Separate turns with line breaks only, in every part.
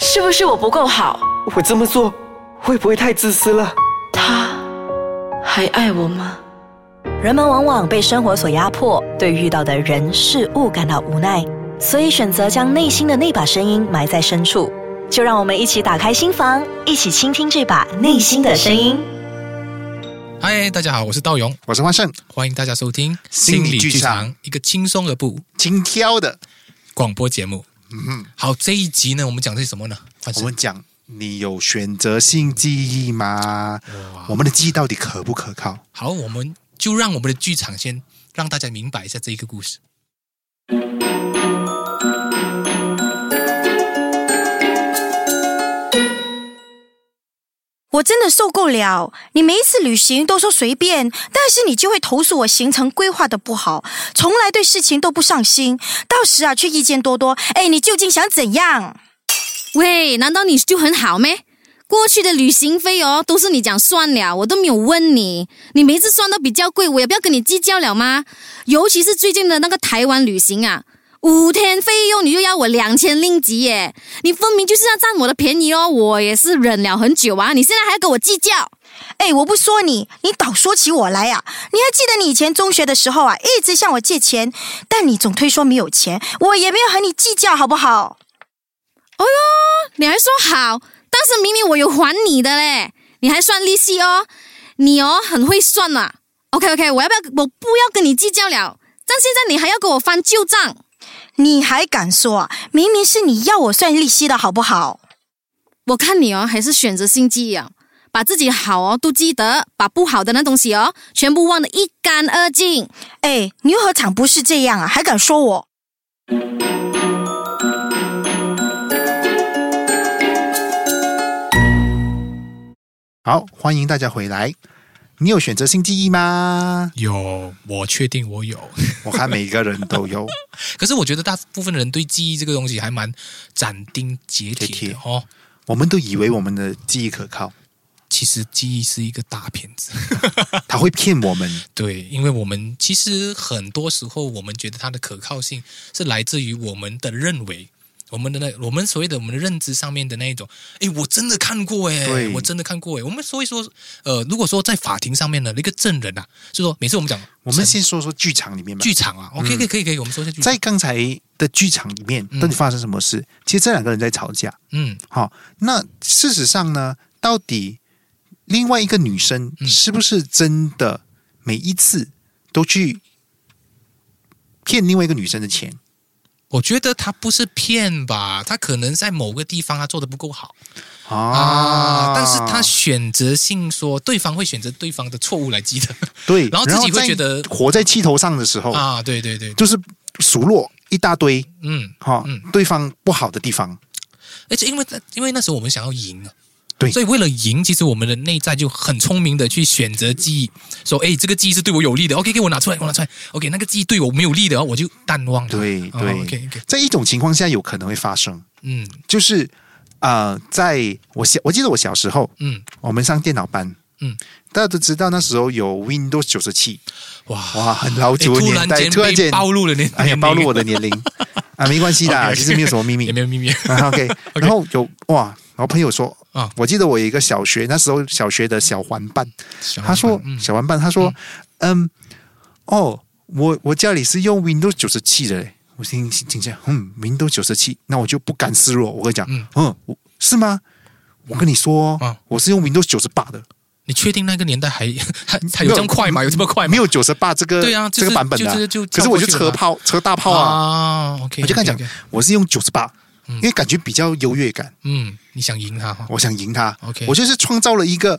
是不是我不够好？
我这么做会不会太自私了？
他还爱我吗？
人们往往被生活所压迫，对遇到的人事物感到无奈，所以选择将内心的那把声音埋在深处。就让我们一起打开心房，一起倾听这把内心的声音。
嗨，大家好，我是道勇，
我是万胜，
欢迎大家收听
心理剧场
一个轻松而不
轻佻的。
广播节目。
嗯，
好，这一集呢，我们讲的是什么呢？范
我
生
们讲你有选择性记忆吗？我们的记忆到底可不可靠？
好，我们就让我们的剧场先让大家明白一下这一个故事。
我真的受够了！你每一次旅行都说随便，但是你就会投诉我行程规划的不好，从来对事情都不上心，到时啊却意见多多。哎，你究竟想怎样？
喂，难道你就很好咩？过去的旅行费哦，都是你讲算了，我都没有问你。你每一次算都比较贵，我也不要跟你计较了吗？尤其是最近的那个台湾旅行啊，五天费用你就要我两千令吉耶！你分明就是要占我的便宜哦，我也是忍了很久啊，你现在还要跟我计较？
哎，我不说你，你倒说起我来啊！你还记得你以前中学的时候啊，一直向我借钱，但你总推说没有钱，我也没有和你计较，好不好？
哎你还说好，但是明明我有还你的嘞，你还算利息哦，你哦很会算嘛、OK OK，我要不要我不要跟你计较了？但现在你还要跟我翻旧账，
你还敢说啊？明明是你要我算利息的，好不好？
我看你哦还是选择性记忆啊，把自己好哦都记得，把不好的那东西哦全部忘得一干二净。
哎，牛何尝不是这样啊？还敢说我？
好，欢迎大家回来。你有选择性记忆吗？
有，我确定我有。
我看每个人都有。
可是我觉得大部分人对记忆这个东西还蛮斩钉截铁
截铁
的哦。
我们都以为我们的记忆可靠，
其实记忆是一个大骗子，
他会骗我们。
对，因为我们其实很多时候我们觉得它的可靠性是来自于我们的认为，我们的那我们所谓的我们的认知上面的那一种，诶，我真的看过诶，
对
我真的看过诶。我们所以说，呃，如果说在法庭上面的那个证人啊，就说每次我们讲
我们先说说剧场里面吧。
剧场啊，OK，可以可以可以，我们说一下剧场
在，刚才的剧场里面，
嗯
到底发生什么事？其实这两个人在吵架。
嗯
好、那事实上呢，到底另外一个女生
嗯
是不是真的每一次都去骗另外一个女生的钱？
我觉得他不是骗吧，他可能在某个地方他做的不够好
啊
啊，但是他选择性说对方会选择对方的错误来记得
对，
然后自己会
在
觉得
活在气头上的时候，
啊，对对对，
就是数落一大堆
嗯，
哈、
嗯
对方不好的地方。
而且因为因为那时候我们想要赢啊。
对
所以为了赢，其实我们的内在就很聪明的去选择记忆，说，哎，这个记忆是对我有利的，OK，给我拿出来，我拿出来，OK，那个记忆对我没有利的，我就淡忘了。
对对、
，OK OK，
在一种情况下有可能会发生，
嗯
就是呃，在我小我记得我小时候，
嗯，
我们上电脑班，
嗯，
大家都知道那时候有 Windows 九 十七，
哇
哇，很老
诶
久的
突
年
然
代，
间
突然
被
间
暴露了你，
哎呀，暴露我的年龄 啊，没关系 的，
OK，OK
其实没有什么秘密
也。没有秘密
啊 OK，然后有哇，我朋友说
啊
我记得我有一个小学那时候小学的小玩伴，
小
他说
嗯
小玩伴，他说嗯，哦，我我家里是用 Windows 九十七的嘞，我听听见，嗯，Windows 九十七，那我就不甘示弱，我跟你讲
嗯，
嗯，我是吗？我跟你说哦
啊，
我是用 Windows 九十八的，
你确定那个年代还 还还有这样快吗？有这么快吗？
没有九十八这个
对啊就是
这个版本
就
的，
就就
可是我
跳过去
就
了
车炮车大炮啊，
啊，OK，
我就跟他
OK，OK
讲，我是用九十八，因为感觉比较优越感，
嗯，你想赢他哈
我想赢他。
OK 嗯
我就是创造了一个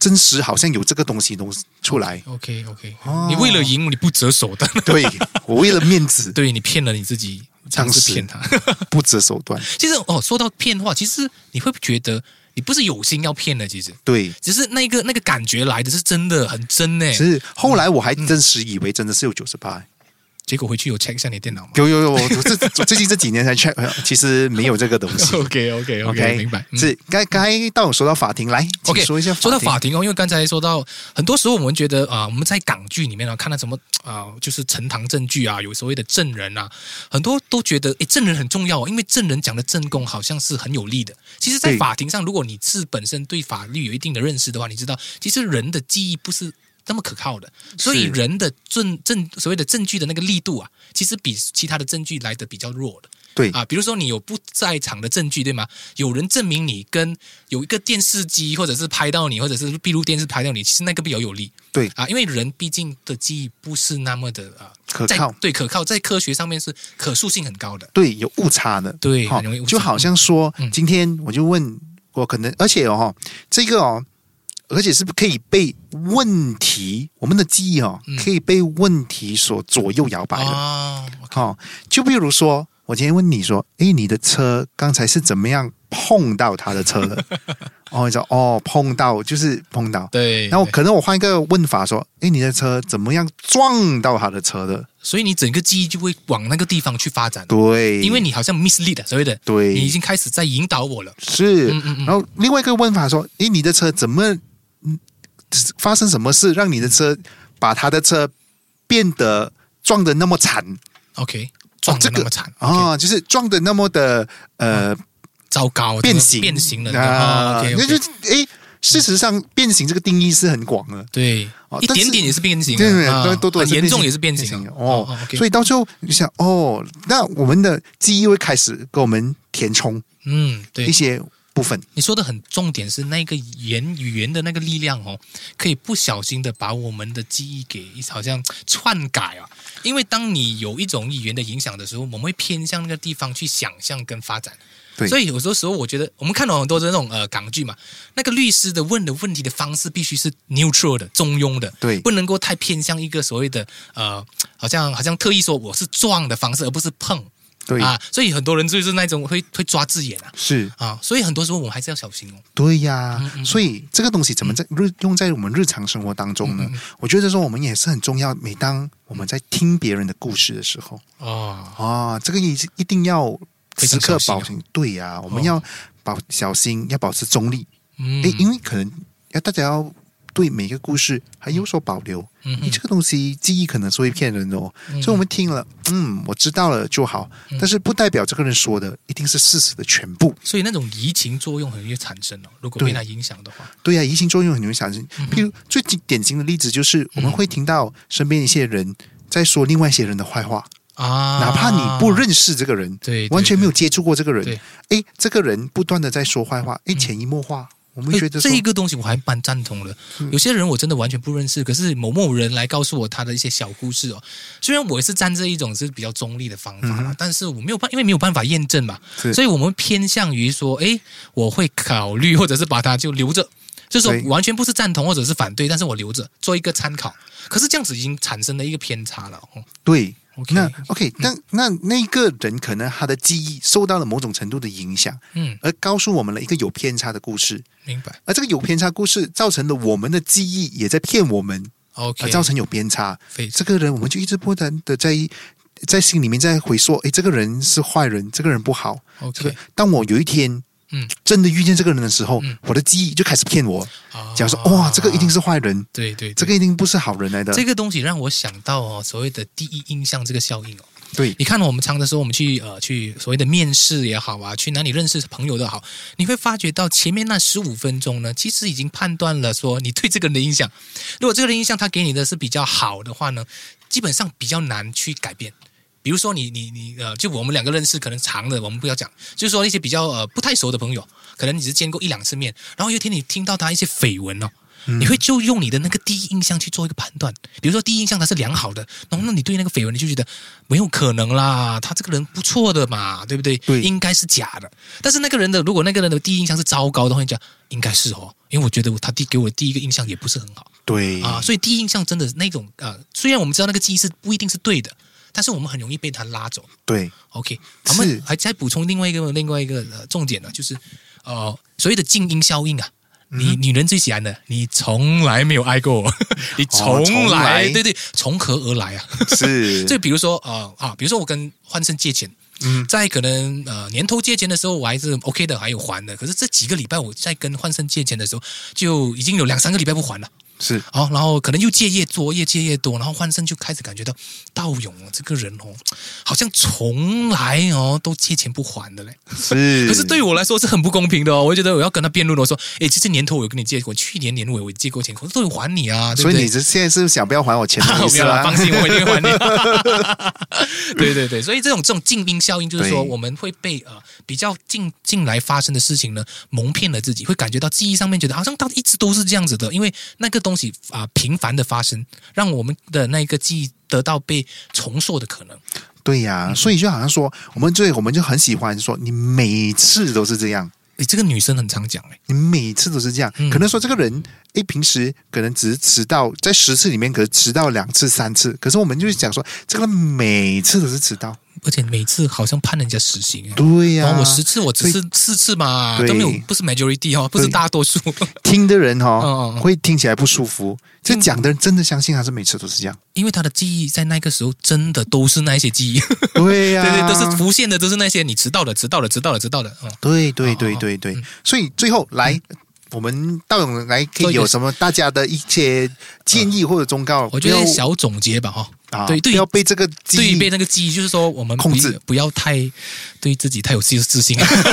真实，好像有这个东西东西出来。
，OK OK，你
哦
为了赢你不择手段，
对我为了面子
对你骗了你自己，尝
当
试
时
骗他。
不择手段。
其实哦，说到骗话，其实你会不会觉得你不是有心要骗的，其实
对，
只是那个那个感觉来的是真的很真呢。欸嗯
其实后来我还真实以为真的是有九十八，
结果回去有 check 一下你电脑吗
有有有，我我这我最近这几年才 check，其呃实没有这个东西。
？OK OK
OK，
明白。嗯
是该该到我说到法庭来，请
OK，
说一下
说到
法
法庭哦，因为刚才说到，很多时候我们觉得啊、我们在港剧里面啊，看到什么啊、就是呈堂证据啊，有所谓的证人啊，很多都觉得诶，证人很重要哦，因为证人讲的证供好像是很有利的。其实，在
对
法庭上，如果你是本身对法律有一定的认识的话，你知道，其实人的记忆不是。那么可靠的，所以
是
人的证证所谓的证据的那个力度啊，其实比其他的证据来的比较弱的。
对
啊，比如说你有不在场的证据，对吗？有人证明你跟有一个电视机，或者是拍到你，或者是闭路电视拍到你，其实那个比较有利。
对
啊，因为人毕竟的记忆不是那么的啊，
可
在
靠，
对可靠，在科学上面是可塑性很高的。
对有误差的，
对
好
很容易误，差
就好像说
嗯嗯
今天我就问我可能，而且哦，这个哦，而且是可以被问题，我们的记忆哦
嗯，
可以被问题所左右摇摆的。
哦，
好、就比如说，我今天问你说，诶，你的车刚才是怎么样碰到他的车 的？哦，你说哦，碰到就是碰到。
对。
然后可能我换一个问法说，诶，你的车怎么样撞到他的车的？
所以你整个记忆就会往那个地方去发展，
对，
因为你好像 mislead 所谓的，
对
你已经开始在引导我了。
是。
嗯嗯嗯
然后另外一个问法说，诶，你的车怎么嗯发生什么事让你的车把他的车变得撞得那么惨？
OK，撞
这
的
个
那么惨
啊、
OK，
就是撞得那么的呃
糟糕，
变形
变形了哦
啊，
OK，
那就诶，事实上变形这个定义是很广的，
对
哦，
一
但是
点点也是变形的，
对对
啊
对，多多
很严重也是变
变
形的
的哦
哦，OK
所以到最后你想哦，那我们的记忆会开始给我们填充
嗯，
一
对，
些部分，
你说的很重点是那个言语言的那个力量哦，可以不小心的把我们的记忆给好像篡改啊，因为当你有一种语言的影响的时候，我们会偏向那个地方去想象跟发展。
对
所以有多时候我觉得，我们看到很多的那种呃港剧嘛，那个律师的问的问题的方式必须是 neutral 的、中庸的，
对
不能够太偏向一个所谓的呃，好像好像特意说我是撞的方式，而不是碰
对，
啊。所以很多人就是那种会会抓字眼啊，
是
啊，所以很多时候我们还是要小心哦。
对呀、所以这个东西怎么在
嗯
日用在我们日常生活当中呢？我觉得说我们也是很重要，每当我们在听别人的故事的时候，
哦，
啊，这个也是一定要
非
时
常
刻
小心啊
保持，对呀、我
哦
们要保小心，要保持中立。
嗯
诶，因为可能要大家要对每个故事还有所保留，
嗯
你这个东西记忆可能是会骗人的哦，所以我们听了，嗯，我知道了就好，
嗯
但是不代表这个人说的一定是事实的全部。
所以那种移情作用很容易产生哦，如果
对
被它影响的话，
对呀、移情作用很容易产生。
嗯
譬如最典型的例子就是，我们会听到身边一些人在说另外一些人的坏话，
啊
哪怕你不，认识这个人，
对对
完全没有接触过这个人
对，
诶，这个人不断的在说坏话，诶，潜移默化，我们
诶
觉得说
呃
嗯
这一个东西我还蛮赞同的。有些人我真的完全不认识，可是某某人来告诉我他的一些小故事哦。虽然我也是站这一种是比较中立的方法啦，但是我没有办，因为没有办法验证嘛，
嗯是
所以我们偏向于说，诶，我会考虑或者是把它就留着。就是说
对
完全不是赞同或者是反对，但是我留着做一个参考。可是这样子已经产生了一个偏差了。哦
对。
OK，
那 OK，那那那个人可能他的记忆受到了某种程度的影响，
嗯，
而告诉我们了一个有偏差的故事，
明白。
而这个有偏差故事造成了我们的记忆也在骗我们，而
嗯 OK，
造成有偏差。
非常
这个人我们就一直不断的在在心里面在回溯，诶，这个人是坏人，这个人不好。这
OK
个当我有一天
嗯
真的遇见这个人的时候，
嗯
我的记忆就开始骗我，
啊
讲说哇，这个一定是坏人，
对对，对
这个一定不是好人来的。
这个东西让我想到哦，所谓的第一印象这个效应哦。
对
你看我们常的时候，我们去呃去所谓的面试也好啊，去哪里认识朋友都好，你会发觉到前面那十五分钟呢，其实已经判断了说你对这个人的印象。如果这个人印象他给你的是比较好的话呢，基本上比较难去改变。比如说你你你呃，就我们两个认识可能长的，我们不要讲，就是说一些比较呃不太熟的朋友，可能你只见过一两次面，然后有一天你听到他一些绯闻哦，你会就用你的那个第一印象去做一个判断，比如说第一印象它是良好的，然后那你对那个绯闻你就觉得没有可能啦，他这个人不错的嘛，对不对？
对
应该是假的。但是那个人的如果那个人的第一印象是糟糕的话，你讲应该是哦，因为我觉得他第给我的第一个印象也不是很好。
对
啊，所以第一印象真的是那种啊，虽然我们知道那个记忆是不一定是对的，但是我们很容易被他拉走。
对
OK，我们
是
还再补充另外一个另外一个呃重点呢、就是呃所谓的静音效应啊。
嗯
你女人最喜欢的，你从来没有爱 过我，你从来,、
哦从来
对对，从何而来啊？
是
就比如说呃啊，比如说我跟换生借钱，
嗯
在可能呃年头借钱的时候我还是 OK 的，还有还的。可是这几个礼拜我在跟换生借钱的时候，就已经有两三个礼拜不还了。
是
哦，然后可能又借越多，越借越多，然后换生就开始感觉到道勇哦，这个人哦，好像从来哦都借钱不还的嘞。
是，
可是对我来说是很不公平的哦，我觉得我要跟他辩论，我说，诶，其实年头我有跟你借过，去年年尾我借过钱，可是都有还你啊，对不
所
对？
以你这现在是想不要还 我钱的
我
意
不
思啊
要了，
啦？
放心，我一定会还 你。对对对，所以这种这种静音效应，就是说
对
我们会被呃比较近近来发生的事情呢蒙骗了自己，会感觉到记忆上面觉得啊好像到一直都是这样子的，因为那个东西啊、频繁的发生，让我们的那个记忆得到被重塑的可能。
对呀、
嗯
所以就好像说，我们最我们就很喜欢说，你每次都是这样，
诶，这个女生很常讲哎诶，
你每次都是这样。
嗯
可能说这个人，诶，平时可能只是迟到，在十次里面可能迟到两次、三次，可是我们就是讲说，这个人每次都是迟到。
而且每次好像判人家死刑诶。
对呀、
然后我十次，我只是
所以
四次嘛，
对
都没有，不是 majority 哦，不是
对
大多数。
听的人哈、哦
嗯嗯嗯
会听起来不舒服。这讲的人真的相信他是每次都是这样。
因为他的记忆在那个时候真的都是那些记忆，
对
嗯
呀、
对对，都是浮现的，都是那些你迟到的，迟到的，迟到的，迟到的。嗯，
对对对
哦嗯
对对，所以最后来。我们到勇来可
做
以
一个
有什么大家的一些建议或者忠告？
我觉
不
得
要
小总结吧，哈、
啊，
对对
不要被这个
对
记
于
忆
被那个记忆，就是说我们不
控制
不要太对自己太有自自信，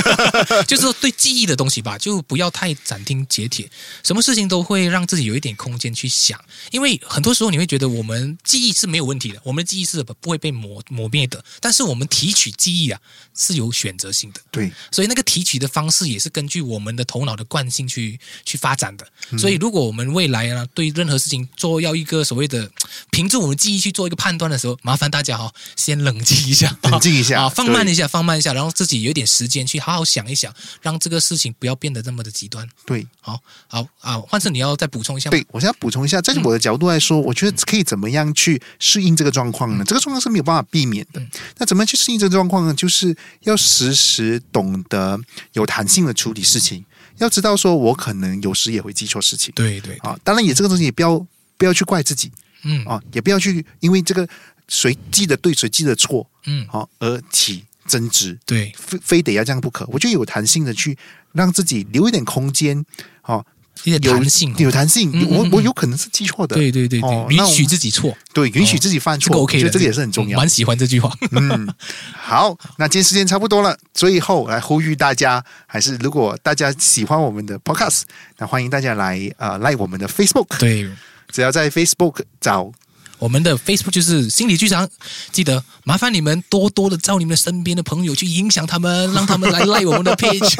就是说对记忆的东西吧，就不要太斩钉截铁，什么事情都会让自己有一点空间去想，因为很多时候你会觉得我们记忆是没有问题的，我们的记忆是不会被磨磨灭的，但是我们提取记忆啊是有选择性的。
对
所以那个提取的方式也是根据我们的头脑的惯性去去发展的。
嗯
所以如果我们未来啊，对任何事情做要一个所谓的凭着我们记忆去做一个判断的时候，麻烦大家哈、哦，先冷静一下，
冷静一下
啊，放慢
对
一下，放慢一下，然后自己有一点时间去好好想一想，让这个事情不要变得那么的极端。
对
好，好啊，换成你要再补充一下吗嗯
对，我想补充一下，在我的角度来说，我觉得可以怎么样去适应这个状况呢？这个状况是没有办法避免的。那怎么样去适应这个状况呢？就是要时时懂得有弹性的处理事情，要知道说我可能有时也会记错事情
嗯对对，
啊。当然，也这个东西也不要不要去怪自己
嗯
啊，也不要去因为这个谁记得对谁记得错
嗯，
啊而起争执。
对，
非非得要这样不可。我觉得有弹性的去让自己留一点空间，哦，
一点
有
弹性哦、
有弹性。
嗯嗯
我
嗯
我有可能是记错的，
对对对对，
哦
允
那我
许自己错，
对允许自己犯
这
错，
个
我
OK
觉
的，
得这个也是很重要
蛮。喜欢这 句话。
嗯，好，那今天时间差不多了，最后来呼吁大家，还是如果大家喜欢我们的 Podcast，那欢迎大家来呃来我们的 Facebook，
对。
只要在 Facebook 找
我们的 Facebook 就是心理剧场，记得麻烦你们多多的找你们身边的朋友去影响他们，让他们 来 like 我们的 page，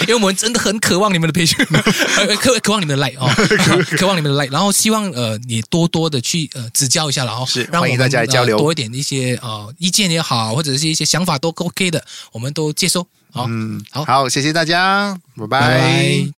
因为我们真的很渴望你们的 page，呃渴渴望你们的 like 哦，渴望你们的 like，然后希望呃也多多的去呃指教一下，然后
是
让我
欢迎
们
大家来交流
呃多一点一些呃意见也好，或者是一些想法都 OK 的，我们都接收。好，
嗯，
好
好，谢谢大家，拜
拜拜。